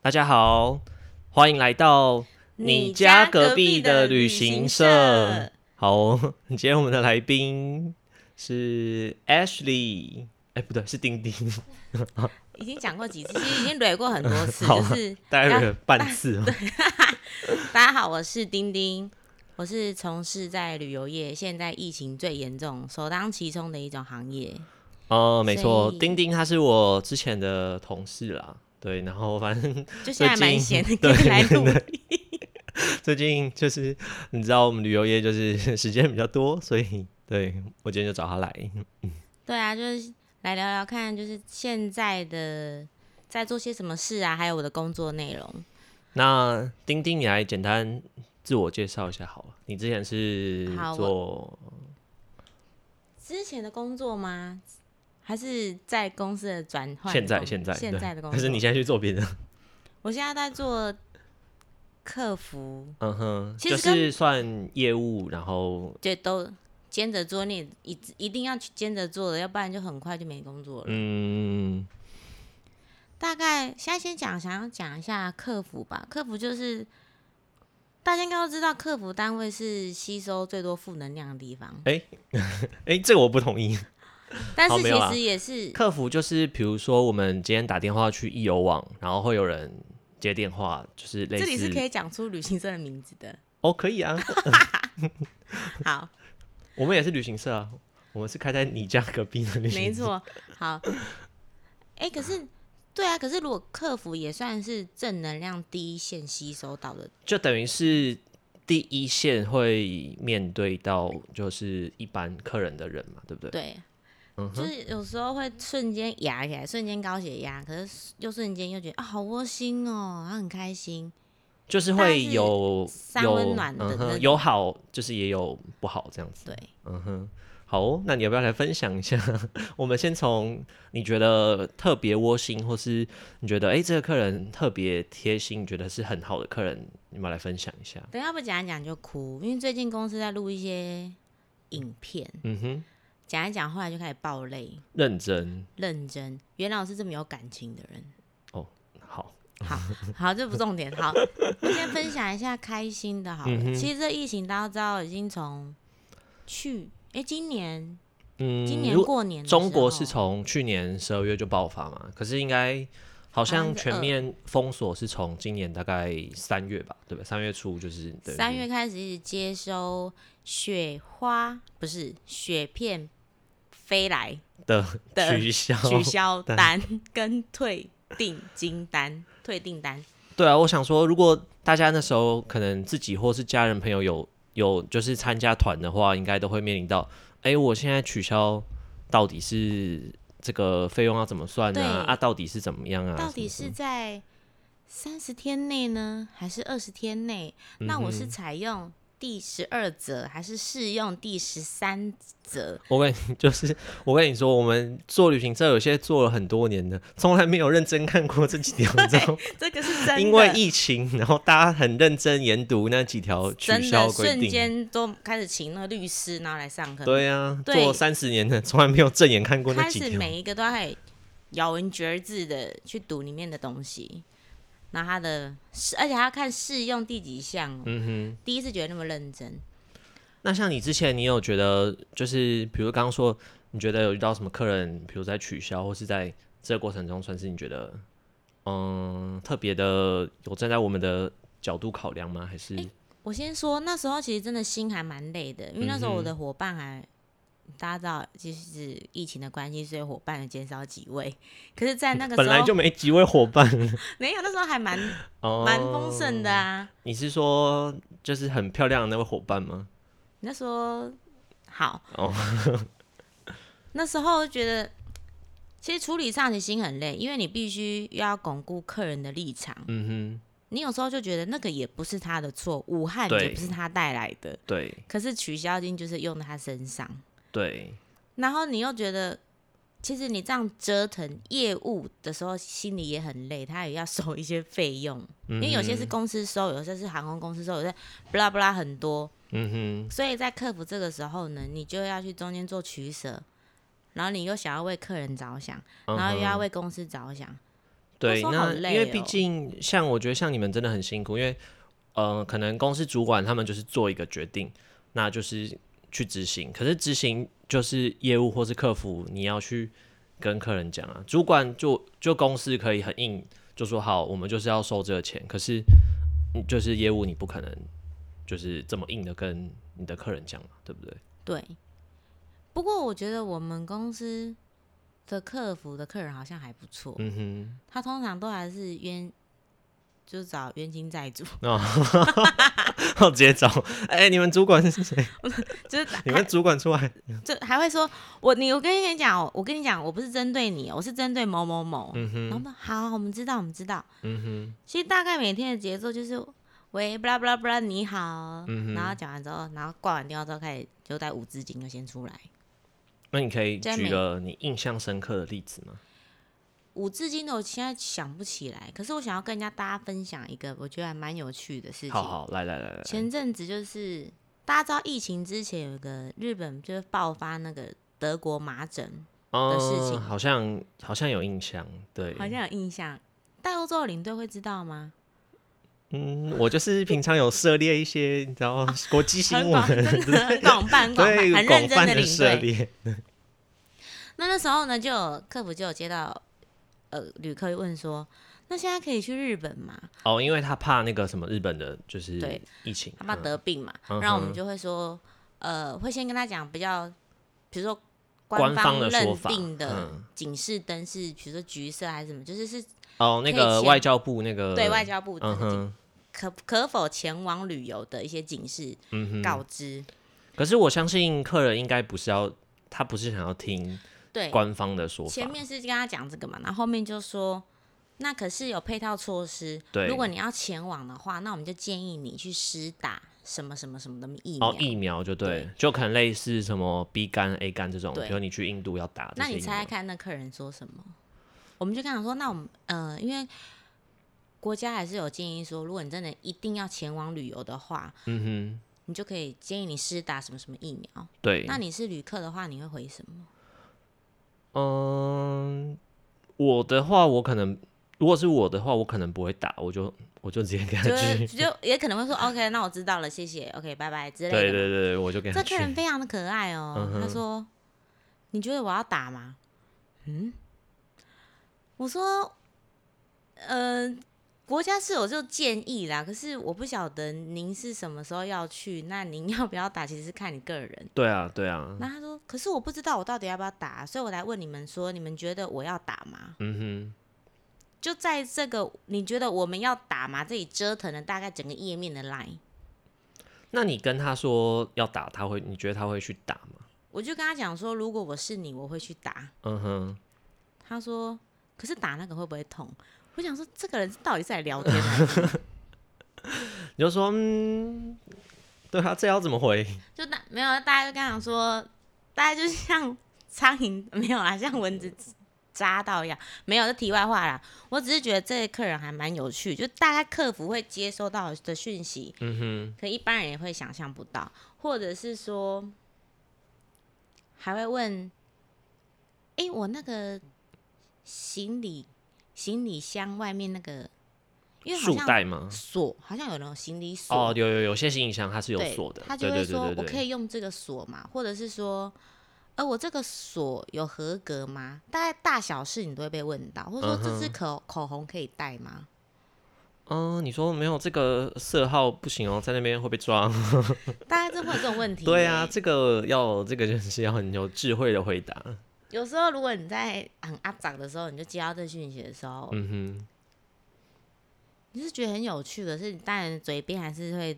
大家好，欢迎来到你家隔壁的旅行社。好、哦，今天我们的来宾是 Ashley，哎、不对，是丁丁，已经讲过几次，其实已经捋过很多次， 好啊就是大概要有半次 哦。大家好，我是丁丁，我是从事在旅游业，现在疫情最严重、首当其冲的一种行业。哦，没错，所以丁丁他是我之前的同事啦。对，然后反正就现在蛮闲的，可对以来录。最近就是你知道我们旅游业就是 时间比较多，所以对我今天就找他来。 对啊，就是来聊聊看，就是现在的在做些什么事啊，还有我的工作内容。那丁丁，你来简单自我介绍一下好了。你之前是好我做之前的工作吗？还是在公司的转换的工？现在现在现对在 的工作，但是你现在去做别 的，我现在在做客服，嗯哼，其就实是算业务，然后就都兼着做，你也一直一定要去兼着做的，要不然就很快就没工作了。嗯大概现在先讲，想要讲一下客服吧。客服就是大家应该都知道，客服单位是吸收最多负能量的地方，哎、这个我不同意。但好哦没是有其啦实也是客服就是比如说我们今天打电话去易游网，然后会有人接电话，就是类这似里是可以讲出旅行社的名字 的。哦，可以啊，好，我们也是旅行社啊，我们是开在你家隔壁的旅行社，没错，好。哎、可是对啊，可是如果客服也算是正能量第一线吸收到的，就等于是第一线会面对到就是一般客人的人嘛，对不对？对，嗯就哼，是有时候会瞬间压起来，瞬间高血压，可是又瞬间又觉得啊好窝心哦，他很开心。就是但会是有三有温暖的嗯那哼，种有好，就是也有不好这样子。对，嗯哼，好哦、那你要不要来分享一下？ 我们先从你觉得特别窝心，或是你觉得哎、诶这个客人特别贴心，你觉得是很好的客人，你们来分享一下。等一下不讲一讲就哭，因为最近公司在录一些影片，嗯哼，讲一讲后来就开始爆泪，认真认真。袁老师这么有感情的 人，好，好好，这不重点。好，我先分享一下开心的好了。嗯哼其实这疫情大家都知道，已经从去哎、今年嗯，今如年过年的时候、中国是从去年十二月就爆发嘛，可是应该好像全面封锁是从今年大概三月吧，对吧？三月初就是等于三月开始一直接收雪花，不是雪片 飞来的的取消。取消单跟退订金单、退订单。对啊，我想说，如果大家那时候可能自己或是家人朋友有有就是参加团的话，应该都会面临到，哎，我现在取消到底是这个费用要怎么算对啊？啊，到底是怎么样啊？到底什是么在三十天内呢，还是二十天内？那我嗯是采用第十二则，还是适用第十三则？ 我跟你 就是，我跟你说，我们做旅行社有些做了很多年的，从来没有认真看过这几 条，你知道吗？这个是真的，因为疫情，然后大家很认真研读那几条取真消的规瞬定。间都开始请那个律师，然后来上课。对啊，对做三十年的，从来没有正眼看过那开几始条。每一个都在咬文嚼字的去读里面的东西，然后他的是，而且还要看试用第几项、哦。嗯第一次觉得那么认真，哼，那像你之前，你有觉得就是，比如刚刚说，你觉得有遇到什么客人，比如在取消或是在这个过程中，算是你觉得嗯特别的有站在我们的角度考量吗？还是、我先说那时候其实真的心还蛮累的，因为那时候嗯我的伙伴还。大家知道，就是疫情的关系，所以伙伴减少几位。可是，在那 个本时来候就没几位伙伴没有，那时候还蛮哦，蛮丰盛的啊。你是说就是很漂亮的那位伙伴吗？那时候好，哦， 那时候觉得，其实处理上你心很累，因为你必须要巩固客人的立场。嗯你有时候就觉得那个也不是他的错，武汉对也不是他带来的哼，，对可是取消金就是用在他身上，对，然后你又觉得。其实你这样折腾业务的时候，心里也很累，他也要收一些费用，因因为有些是公司收，有些是航空公司收，有些不拉不拉很多。嗯所以在客服这个时候呢，你就要去中间做取舍，然后你又想要为客人着想，哼，然后又嗯要哼为公司着想，对，时候好那因累为毕哦竟像我觉得像你们真的很辛苦，因为呃，可能公司主管他们就是做一个决定，那就是去执行。可是执行就是业务或是客服，你要去跟客人讲啊。主管就就公司可以很硬，就说好，我们就是要收这个钱。可是嗯就是业务，你不可能就是这么硬的跟你的客人讲嘛，对不对？对，不过我觉得我们公司的客服的客人好像还不错，嗯哼。他通常都还是冤，就找冤亲债主， 哦， 我直接找，哎、你们主管是谁？就是你们主管出来，就还会说，我你我跟你讲，我跟你讲，我不是针对你，我是针对某某某。嗯哼然后呢，好，我们知道，我们知道。嗯哼，其实大概每天的节奏就是，喂，布拉布拉布拉，你好。嗯哼然后讲完之后，然后挂完电话之后开始就带五字经就先出来。那你可以在举美个你印象深刻的例子吗？五字经的我现在想不起来，可是我想要跟人家大家分享一个我觉得还蛮有趣的事情。好好，来来来来，前阵子就是大家知道疫情之前有一个日本就是爆发那个德国麻疹，的事情嗯好像好像有印象，对，好像有印象。但欧洲的领队会知道吗？嗯，我就是平常有涉猎一些，你知道国际新啊很广，真 闻，的很广泛，很 广泛，对，很广认泛真的领涉队。猎，那那时候呢，就有客服就有接到呃旅客问说，那现在可以去日本吗？哦，因为他怕那个什么日本的，就是对疫情，他怕嗯得病嘛，嗯然后我们哼就会说，呃，会先跟他讲比较，比如说官官方的说认法定的嗯警示灯是，比如说橘色还是什么，就是是哦，那可以个先外交部那个对外，交部的嗯警哼，可可否前往旅游的一些警示嗯哼，告知。可是我相信客人应该不是要，他不是想要听对，官方的说法。前面是跟他讲这个嘛，然后后面就说，那可是有配套措施，对如果你要前往的话，那我们就建议你去施打什么什么什么的疫苗。哦，疫苗就对，对就可能类似什么 B 肝、A 肝这种，对比如你去印度要打这那些疫你苗。猜猜看，那客人说什么？我们就跟他说，那我们呃，因为国家还是有建议说，如果你真的一定要前往旅游的话，嗯你就可以建议你施打什么什么疫苗哼。，对。那你是旅客的话，你会回什 么？嗯，我的话，我可能如果是我的话，我可能不会打，我就我就直接给他就是去。就也可能会说 OK，那我知道了，谢谢，OK，拜拜之类的。对对对对，我就给他这去客。人非常的可爱哦，嗯哼他说：“你觉得我要打吗？”嗯，我说：“呃，国家是有这个建议啦，可是我不晓得您是什么时候要去，那您要不要打，其实是看你个人。对啊，对啊”，那他说：“可是我不知道我到底要不要打，啊所以我来问你们说，你们觉得我要打吗？”嗯就在这个你觉得我们要打吗？这里折腾了大概整个页面的 line。哼。那你跟他说要打，他会？你觉得他会去打吗？我就跟他讲说，如果我是你，我会去打。嗯哼，他说：“可是打那个会不会痛？”我想说，这个人到底是来聊天啊还是你就说嗯，对啊，这要怎么回？ 就大没有，啊大家就跟他讲说，大家就像苍蝇没有啦，像蚊子扎到一样，没有。这题外话啦，我只是觉得这个客人还蛮有趣，就大家客服会接收到的讯息，嗯哼，可一般人也会想象不到，或者是说还会问：“诶，我那个行李行李箱外面那个，因为好束像带吗？锁，好像有那种行李锁。哦，有有有些行李箱它是有对锁的，他就对会对说对我对可对，以用这个锁嘛，或者是说，呃，我这个锁有合格吗？大概大小事你都会被问到，或者说这支嗯哼口、口红可以戴吗？嗯，你说没有这个色号不行哦，在那边会被抓。大家真会有这种问题 耶、对啊，这个要这个就是要很有智慧的回答。有时候如果你在很阿长的时候，你就接到这讯息的时候，嗯哼，你是觉得很有趣，可是你当然嘴边还是会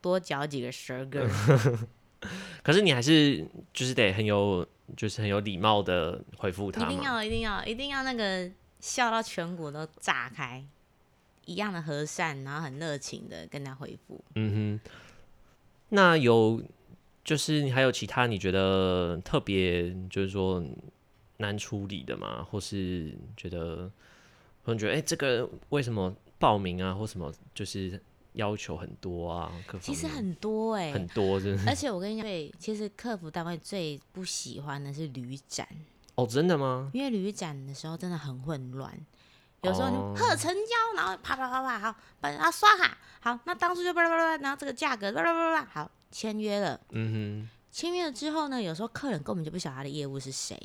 多嚼几 个舌根。可是你还是就是得很有就是很有礼貌的回复一他定嘛。要，一定要，一定要那个笑到颧骨都炸开，一样的和善，然后很热情的跟他回复。嗯哼，那有就是你还有其他你觉得特别就是说难处理的吗？或是觉得或者觉得哎、这个为什么报名啊或什么就是要求很多啊？各其方实面很多哎、很多真的而且我跟你讲，对，其实客服单位最不喜欢的是旅展，哦，真的吗？因为旅展的时候真的很混乱，有时候你就哦呵成交，然后啪啪啪啪，好，把啊刷卡，好，那当初就叭叭叭叭，然后这个价格叭叭叭叭，好，签约了。嗯签约了之后呢，有时候客人根本就不晓得他的业务是谁，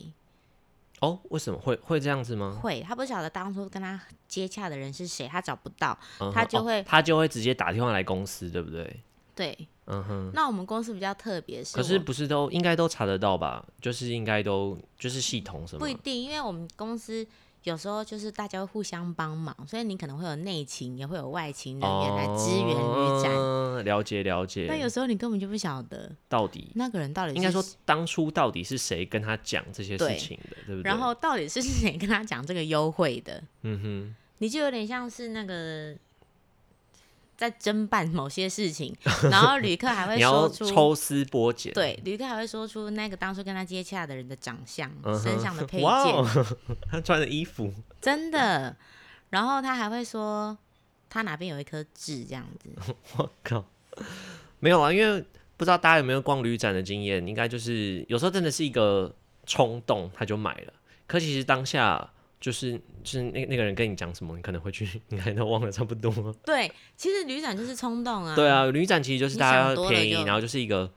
哼，哦，为什么会会这样子吗？会他不晓得当初跟他接洽的人是谁，他找不到。嗯哼他就哦会他就会直接打电话来公司，对不对？对，嗯哼，那我们公司比较特别，可是我不是都应该都查得到吧？就是应该都就是系统什么不一定，因为我们公司有时候就是大家会互相帮忙，所以你可能会有内勤，也会有外勤人员啊来支援旅展。哦了解了但有解，时候你根本就不晓得到底那个人到底是应该说当初到底是谁跟他讲这些对事情的，对不对？然后到底是谁跟他讲这个优惠的？嗯你就有点像是那个在侦办某些 事情，然后旅客还哼，会你要说出抽丝剥茧，对，旅客还会说出那个当初跟他接洽的人的长相、嗯哼，身上 的配件，哇哦，他穿的衣服，真的。然后他还会说他哪边有一颗痣这样 子，我靠，没有啊，因为不知道大家有没有逛旅展的经验，应该就是有时候真的是一个冲动，他就买了，可其实当下就是就是那那个人跟你讲什么，你可能会去，应该都忘了差不多。对，其实旅展就是冲动啊，对，啊，旅展其实就是你大想家多了便宜，就然后就是一个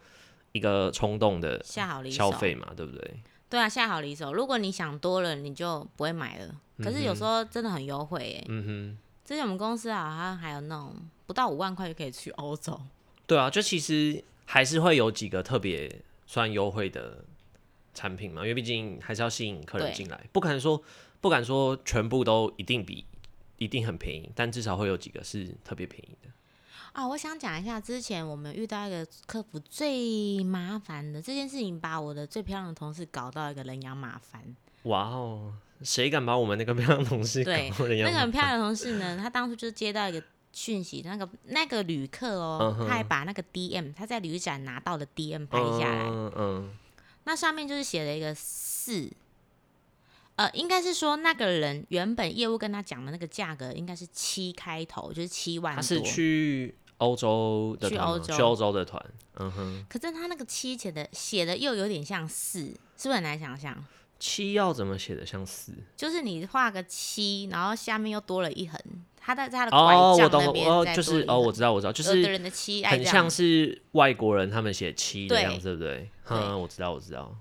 一个冲动的下好离消，手费嘛，对不对？对啊，下好离手。如果你想多了，你就不会买了。可是有时候真的很优惠耶、嗯之前我们公司啊好像还有那种不到五万块就可以去欧洲，哼，对啊，就其实还是会有几个特别算优惠的产品嘛，因为毕竟还是要吸引客人对进来，不可能说不敢说全部都一定比一定很便宜，但至少会有几个是特别便宜的。啊，我想讲一下，之前我们遇到一个客服最麻烦的这件事情，把我的最漂亮的同事搞到一个人仰马翻。哇哦，谁敢把我们那个漂亮同事搞对人那样个很漂亮的同事呢，他当初就接到一个讯息，那个那个旅客哦嗯，哼他还把那个 DM 他在旅展拿到的 DM 拍下来，嗯嗯，那上面就是写了一个四。呃，应该是说那个人原本业务跟他讲的那个价格应该是七开头，就是七万他多。是去欧洲的去团吗欧洲去欧洲的团，嗯哼，可是他那个七写的写的又有点像四，是不是很难想象？七要怎么写的像四？就是你画个七，然后下面又多了一横，他在他的拐哦，我杖懂那了，边哦，再多了一横、呃就是哦，我知道，我知道，就有的是人的七爱很这像样。是外国人他们写七的对样子，对不对？嗯，我知道，我知道。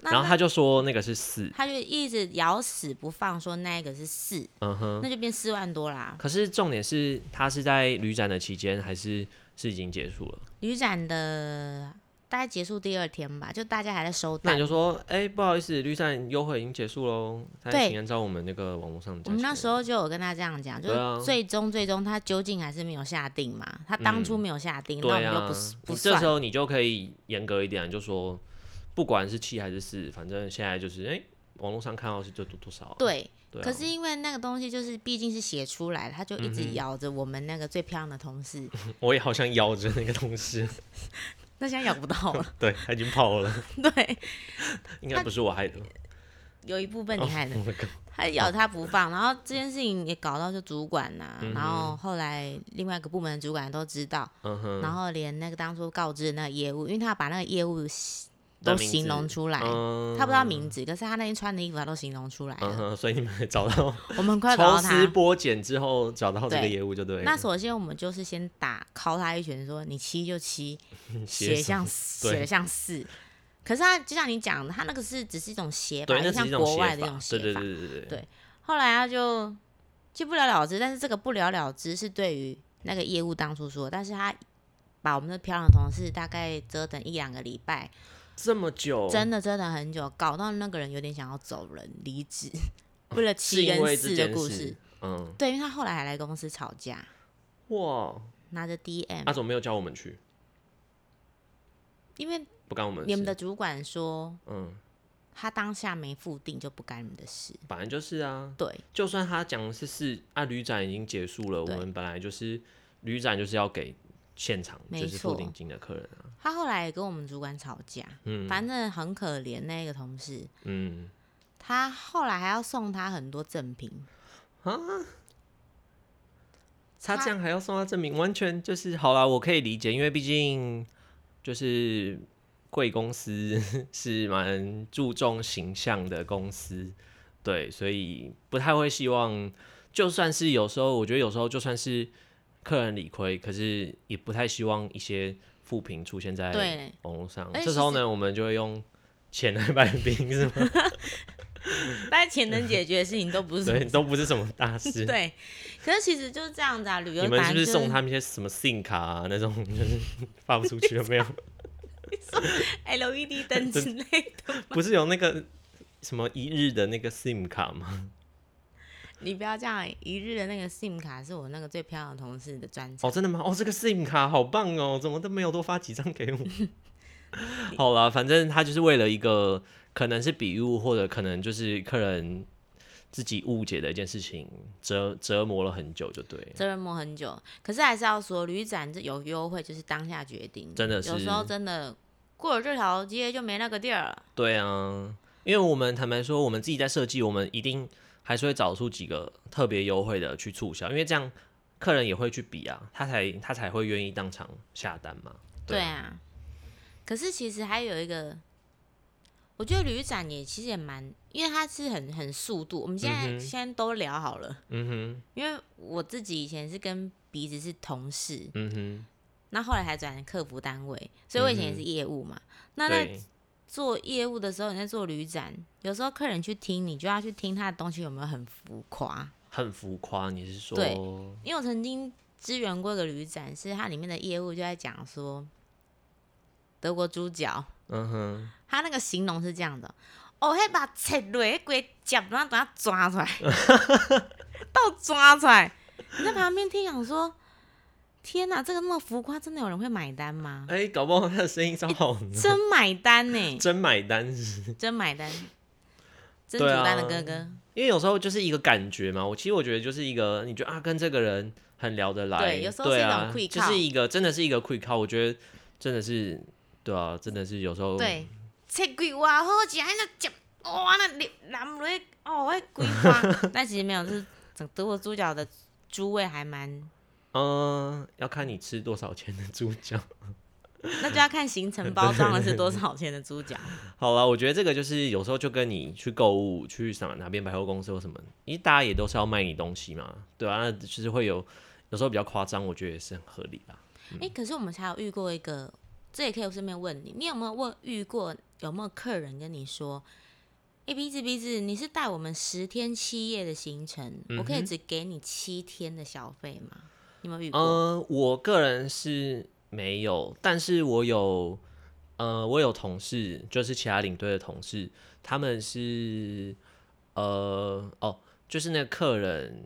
那然后他就说那个是四，他就一直咬死不放，说那个是四，嗯哼。那就变四万多啦。可是重点是，他是在旅展的期间，还是是已经结束了？旅展的大概结束第二天吧，就大家还在收那你单就。说，哎、不好意思，旅展优惠已经结束喽，但对请按照我们那个网络上的价我钱。们那时候就有跟他这样讲，就对啊是最终最终他究竟还是没有下定嘛，他当初没有下定，那我嗯对们就啊不是，不你这算时。候你就可以严格一点，你就说，不管是七还是四，反正现在就是，哎、网络上看到是就多多少啊、对，对啊、可是因为那个东西就是毕竟是写出来的，他就一嗯直哼咬着我们那个最漂亮的同事，我也好像咬着那个同事，那现在咬不到 了。 对他已经跑了，对，应该不是我害的。有一部分你害的，我的靠他咬他不放，然后这件事情也搞到就主管呐、嗯哼然后后来另外一个部门的主管都知道，嗯哼，然后连那个当初告知的那个业务，因为他把那个业务那都名字形容出来。嗯他不知道名字，可是他那天穿的衣服啊他都形容出来嗯了。哼，所以你们找到我们 快找抽到丝他，剥茧之后找到这个对业务就对了。那首先我们就是先打敲他一拳，说你七就七，嗯写写什么像写对的像是，可是他就像你讲的，他那个是只是一种写法，对，那只就是像一国写外的一法种对写对法。对对对对对后来他就就不了了之，但是这个不了了之是对于那个业务当初说，但是他把我们的漂亮同事大概折腾一两个礼拜，这么久，真的折腾很久，搞到那个人有点想要走人离职， 为了是七因为这跟四的件故事事。。嗯，对，因为他后来还来公司吵架，哇，拿着 DM，、阿总没有叫我们去，因为不干我们你们事。的主管说嗯，他当下没付定就不干你们的事。反正就是啊，对，就算他讲的是是啊，旅展已经结束了，我对们本来就是旅展就是要给现场没就是付错定金的客人啊。他后来也跟我们主管吵架，嗯反正很可怜那个同事，嗯，他后来还要送他很多赠品，他他这样还要送他证明，完全就是好啦，我可以理解，因为毕竟就是贵公司是蛮注重形象的公司，对，所以不太会希望就算是有时候，我觉得有时候就算是客人理亏，可是也不太希望一些负评出现在对网络上。而且这时候呢，我们就会用钱来买冰，是吗？但是钱能解决的事情都不是什对，么。都不是什么大事。 对，可是其实就是这样子啊，旅游你本们来是不是就送 他们一些什么信卡啊那种，就是发不出去了没有？ LED E 灯之类 的？不是有那个什么一日的那个 SIM 卡吗？ 你不要这样，一日的那个 SIM 卡是我那个最漂亮的同事的专辑。哦，真的吗？哦，这个 SIM 卡好棒哦，怎么都没有多发几张给我？ 好啦，反正他就是为了一个可能是笔误，或者可能就是客人自己误解的一件事情，折折磨了很久，就对了。这边磨很久，可是还是要说，旅展这有优惠就是当下决定，真的是有时候真的过了这条街就没那个地儿了。对啊，因为我们坦白说，我们自己在设计，我们一定还是会找出几个特别优惠的去促销，因为这样客人也会去比啊，他才他才会愿意当场下单嘛。对对啊，可是其实还有一个，我觉得旅展也其实也蛮，因为它是很很速度。我们现嗯在、哼先都聊好了，嗯因为我自己以前是跟鼻子是同事哼，，嗯哼，那后来才转客服单位，所以我以前也是业务嘛。那在嗯对，做业务的时候，你在做旅展，有时候客人去听，你就要去听他的东西有没有很浮夸。很浮夸，你是对说？因为我曾经支援过一个旅展，是它里面的业务就在讲说德国猪脚，嗯哼，他那个形容是这样的：哦，迄把切落，迄鬼脚，然后等下 抓出来，到抓出来。你在旁边听想说，天哪，这个那么浮夸，真的有人会买单吗？哎、搞不好他的声音超好呢，真买单呢，真买单是。 真买单，真对主啊单的哥哥，因为有时候就是一个感觉嘛，我其实我觉得就是一个，你觉得啊跟这个人很聊得来，对有时候是一种啊 quick 就 call 是一个真的是一个 quick call，我觉得真的是对啊，真的是有时候对，切鬼哇好食，那脚哇那淋淋落，哦，迄鬼 花，但其实没有，是整德国猪脚的猪味还蛮嗯，要看你吃多少钱的猪脚。那就要看行程包装的是多少钱的猪脚。好了，我觉得这个就是有时候就跟你去购物，去哪哪边百货公司或什么，因为大家也都是要卖你东西嘛，对啊，那就是会有有时候比较夸张，我觉得也是很合理啦。哎、可是我们才有遇过一个，这也可以顺便问你，你有没有问遇过有没有客人跟你说，哎、鼻子鼻子，你是带我们十天七夜的行程，嗯我可以只给你七天的小费吗？你有没有遇过？嗯，我个人是没有，但是我有，呃，我有同事，就是其他领队的同事，他们是，呃，哦，就是那个客人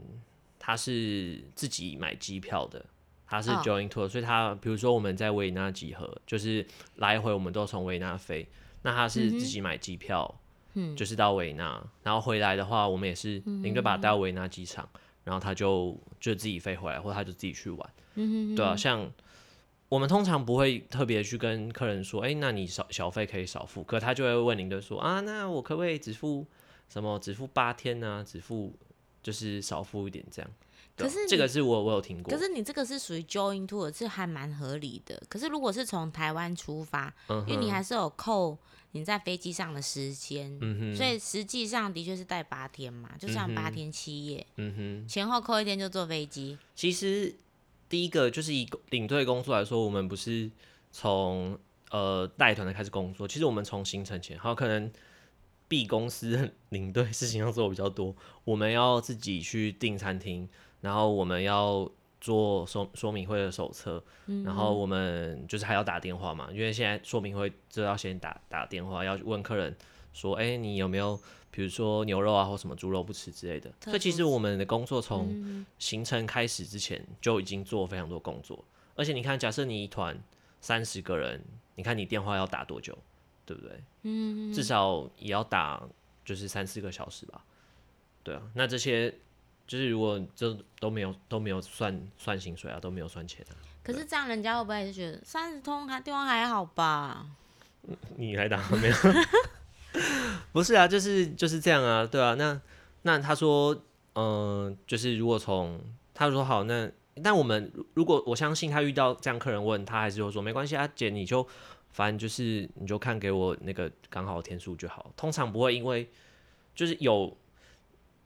他是自己买机票的，他是哦 join tour，、所以他比如说我们在维也纳集合，就是来回我们都从维也纳飞，那他是自己买机票，嗯就是到维也纳，然后回来的话，我们也是领队把他带到维也纳机场。然后他就就自己飞回来，或他就自己去玩。嗯哼对啊，像我们通常不会特别去跟客人说，哎、那你少小费可以少付，可他就会问领队说啊，那我可不可以只付什么？只付八天呢、只付就是少付一点这样。对啊可是你这个是我我有听过可，是你这个是属于 join tour，这还蛮合理的。可是如果是从台湾出发，嗯因为哼，你还是有扣你在飞机上的时间，嗯哼，所以实际上的确是带八天嘛，就算八天七夜，嗯哼，前后扣一天就坐飞机。其实第一个就是以领队工作来说，我们不是从呃带团的开始工作，其实我们从行程前，还有可能 B 公司领队事情要做比较多，我们要自己去订餐厅，然后我们要。做说说明会的手册，嗯然后我们就是还要打电话嘛，因为现在说明会就要先打打电话，要问客人说，哎、你有没有比如说牛肉啊或什么猪肉不吃之类的。特所以其殊嗯实我们的工作从行程开始之前就已经做非常多工作，而且你看，假设你一团三十个人，你看你电话要打多久，对不对？嗯，至少也要打就是三四个小时吧。对啊，那这些就是如果这都没有都没有算算薪水啊，都没有算钱啊，可是这样人家会不会就觉得三十通还地方还好吧？ 你来打没有？ 不是啊，就是就是这样啊，对啊。那那他说，嗯、就是如果从他说好，那但我们如如果我相信他遇到这样客人问他，还是会说没关系啊，姐你就反正就是你就看给我那个刚好的天数就好。通常不会因为就是有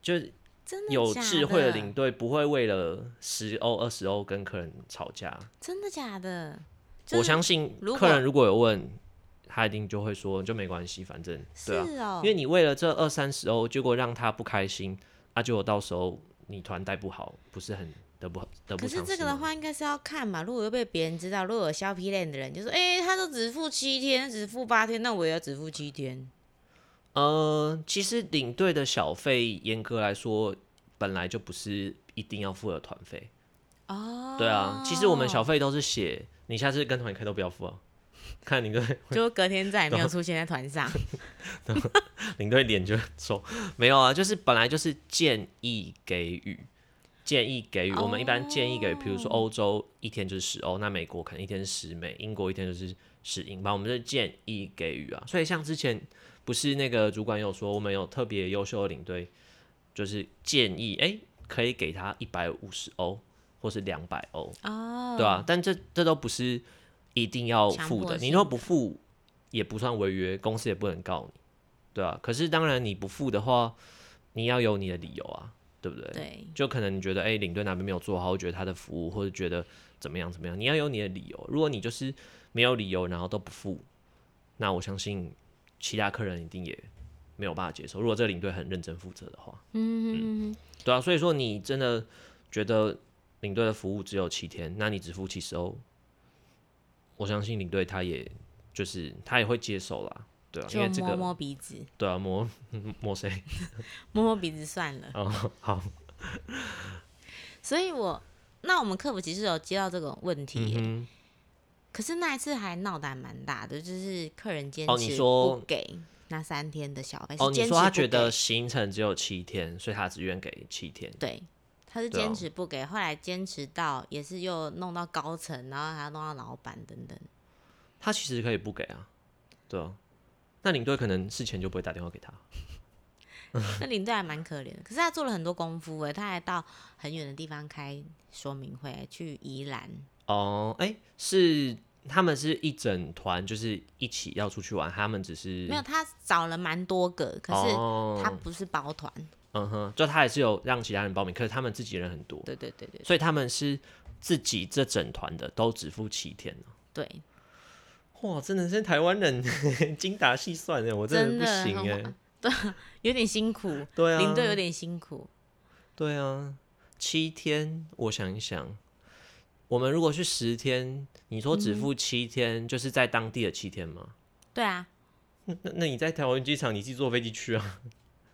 就是真的有假智慧的的领队不会为了十欧、二十欧跟客人吵架。真的假的？我就是相信如客人果如果有问，他一定就会说就没关系，反正是对啊，哦，因为你为了这二三十欧，结果让他不开心，啊，结果到时候你团带不好，不是很得不得不啊可是偿这失个的吗话，应该是要看嘛。如果又被别人知道，如果有削皮脸的人，就说：“哎、他都只付七天，只付八天，那我也要只付七天。呃，其实领队的小费，严格来说，本来就不是一定要付的团费。”哦，对啊，其实我们小费都是写，你下次跟团开都不要付啊。 看领队就隔天再也没有出现在 团上。领队脸就臭，没有啊，就是本来就是建议给予，建议给予。我们一般建议给，比如说欧洲一天就是十哦欧，那美国可能一天是十美，英国一天就是十英镑，我们是建议给予啊。所以像之前不是那个主管有说，我们有特别优秀的领队，就是建议哎、诶可以给他一百五十欧或是两百欧，哦，对啊，但这这都不是一定要强付迫的，你性若不付也不算违约，公司也不能告你，对啊。可是当然你不付的话，你要有你的理由啊，对不对？对，就可能你觉得，哎、领队哪边没有做好，或觉得他的服务，或者觉得怎么样怎么样，你要有你的理由。如果你就是没有理由，然后都不付，那我相信其他客人一定也没有办法接受。如果这个领队很认真负责的话，嗯，对啊，所以说你真的觉得领队的服务只有七天，那你只付七十欧，我相信领队他也就是他也会接受啦，对啊，因就为这摸个摸鼻子，对啊，摸摸谁？摸摸鼻子算了。哦，好，所以我那我们客服其实有接到这个问题耶、嗯可是那一次还闹得还蛮大的，就是客人坚哦你持说不给那三天的小费，哼，哦，是你坚持说他不觉得给行程只有七天，所以他只愿给七天，对，他是对啊坚持不给，后来坚持到也是又弄到高层，然后还要弄到老板等等。他其实可以不给啊，对啊，那领队可能事前就不会打电话给他，那领队还蛮可怜的，可是他做了很多功夫哎，他还到很远的地方开说明会，去宜兰。哦，哎，是他们是一整团，就是一起要出去玩，他们只是没有，他找了蛮多个，可是哦他不是包团。嗯哼，就他也是有让其他人报名，可是他们自己人很多，对对对对所以他们是自己这整团的都只付七天哦对，哇，真的是台湾人 精打细算哎，我真的不真行的很哎，有点辛苦，对啊，领队有点辛苦。对啊，七天，我想一想，我们如果去十天，你说只嗯付七天，就是在当地的七天吗？对啊，那那你在台湾机场，你自己坐飞机去啊？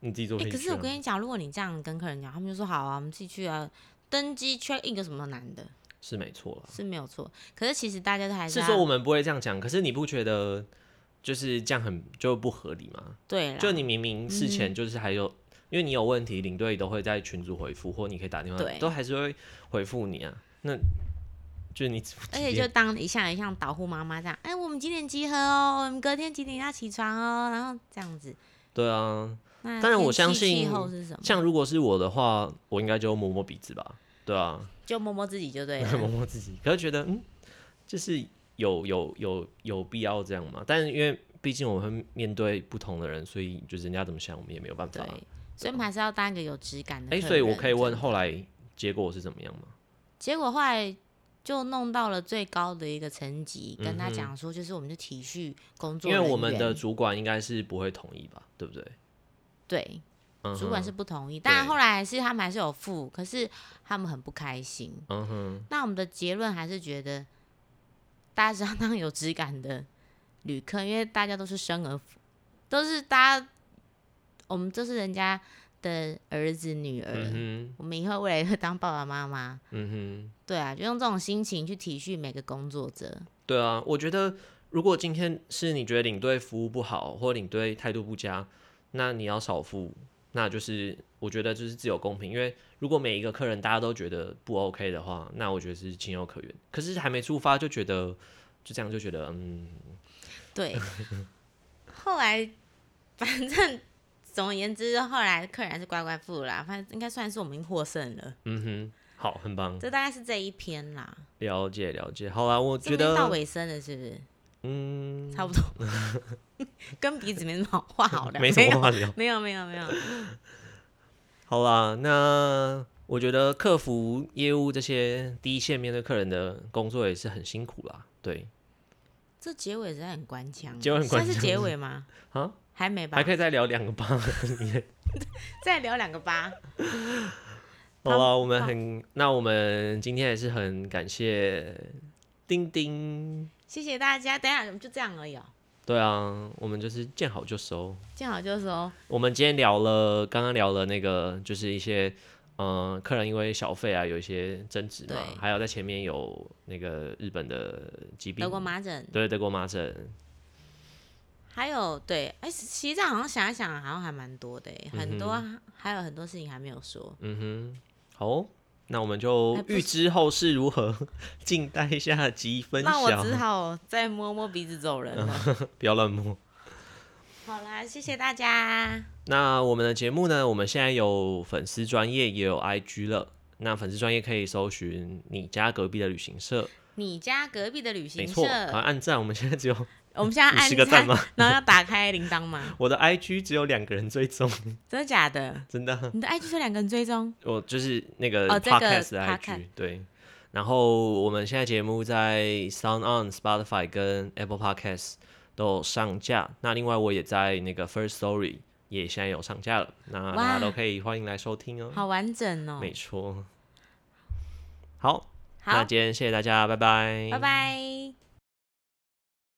你自己坐哎、飞可机去、是啊我跟你讲，如果你这样跟客人讲，他们就说好啊，我们自己去啊。登机 check in 有什么难的？是没错啊啦。是没有错，可是其实大家都还是要说我们不会这样讲，可是你不觉得就是这样很就不合理吗？对啊嗯啦，就你明明事前就是还有，因为你有问题，领队都会在群组回复，或你可以打电话对，都还是会回复你啊。那就是你，而且就当一项一项导护妈妈这样，哎，我们几点集合哦？我们隔天几点要起床哦？然后这样子。对啊，那当然我天气相信气候是什么，像如果是我的话，我应该就摸摸鼻子吧，对啊，就摸摸自己就对啊 摸了。摸自己，可是觉得嗯，就是有有有有必要这样嘛？但是因为毕竟我们会面对不同的人，所以就是人家怎么想，我们也没有办法啊对。，所以我们还是要当一个有质感的。哎、哎、所以我可以问，后来结果是怎么样吗？结果后来就弄到了最高的一个层级，跟他嗯哼讲说，就是我们的体恤工作因为人员，我们的主管应该是不会同意吧，对不对？对嗯哼主管是不同意，但对后来还是他们还是有付，可是他们很不开心。嗯哼，那我们的结论还是觉得，大家是要当有质感的旅客，因为大家都是生而，都是大家，我们都是人家的儿子女儿，嗯我们以后未来会当爸爸妈妈哼，，嗯对啊，就用这种心情去体恤每个工作者，哼，对啊，我觉得如果今天是你觉得领队服务不好，或领队态度不佳，那你要少付，那就是我觉得就是自有公平，因为如果每一个客人大家都觉得不 OK 的话，那我觉得是情有可原。可是还没出发就觉得就这样就觉得嗯， 对。后来，反正总而言之，后来客人还是乖乖付了啦，反正应该算是我们获胜了，嗯哼，好，很棒，这大概是这一篇啦。了解了解，好啦，我这觉边到得尾声了，是不是？嗯，差不多， 跟鼻子没什么好话好 聊，没什么话聊。没有，没有，没有，没有。好啦，那我觉得客服业务这些第一线面对客人的工作也是很辛苦啦。对，这结尾实在很官腔，结尾很官腔算是结尾吗？ 啊，还没吧？还可以再聊两个 吧。再聊两个吧。好啦，我们好很，那我们今天也是很感谢丁丁。谢谢大家，等一下我们就这样而已哦，对啊，我们就是见好就收。见好就收。我们今天聊了，刚刚聊了那个，就是一些，嗯、客人因为小费啊有一些争执嘛对，还有在前面有那个日本的疾病，德国麻疹，对德国麻疹，还有对，哎，其实这样好像想一想，好像还蛮多的耶，很多、还有很多事情还没有说。嗯哼，好哦，那我们就还哎不预知后事如何， 静待下集分那我只享，好再摸摸鼻子走人了。 不要乱摸。好啦，谢谢大家。那我们的节目呢，我们现在有粉丝专业，也有 IG 了。那粉丝专业可以搜寻你家隔壁的旅行社，你家隔壁的旅没行社错，，好像按赞。我们现在只有我们现在按50个赞吗 然后要打开铃铛吗？我的 IG 只有两个人追踪，真的假的？真的。你的 IG 是两个人追踪，我就是那个哦这个 podcast 的 IG，、 podcast 对。然后我们现在节目在 Sound On、Spotify 跟 Apple Podcast 都有上架。那另外我也在那个 First Story 也现在有上架了，那大家哇都可以欢迎来收听哦。好完整哦。没错。好，那好，今天谢谢大家，拜拜。拜拜。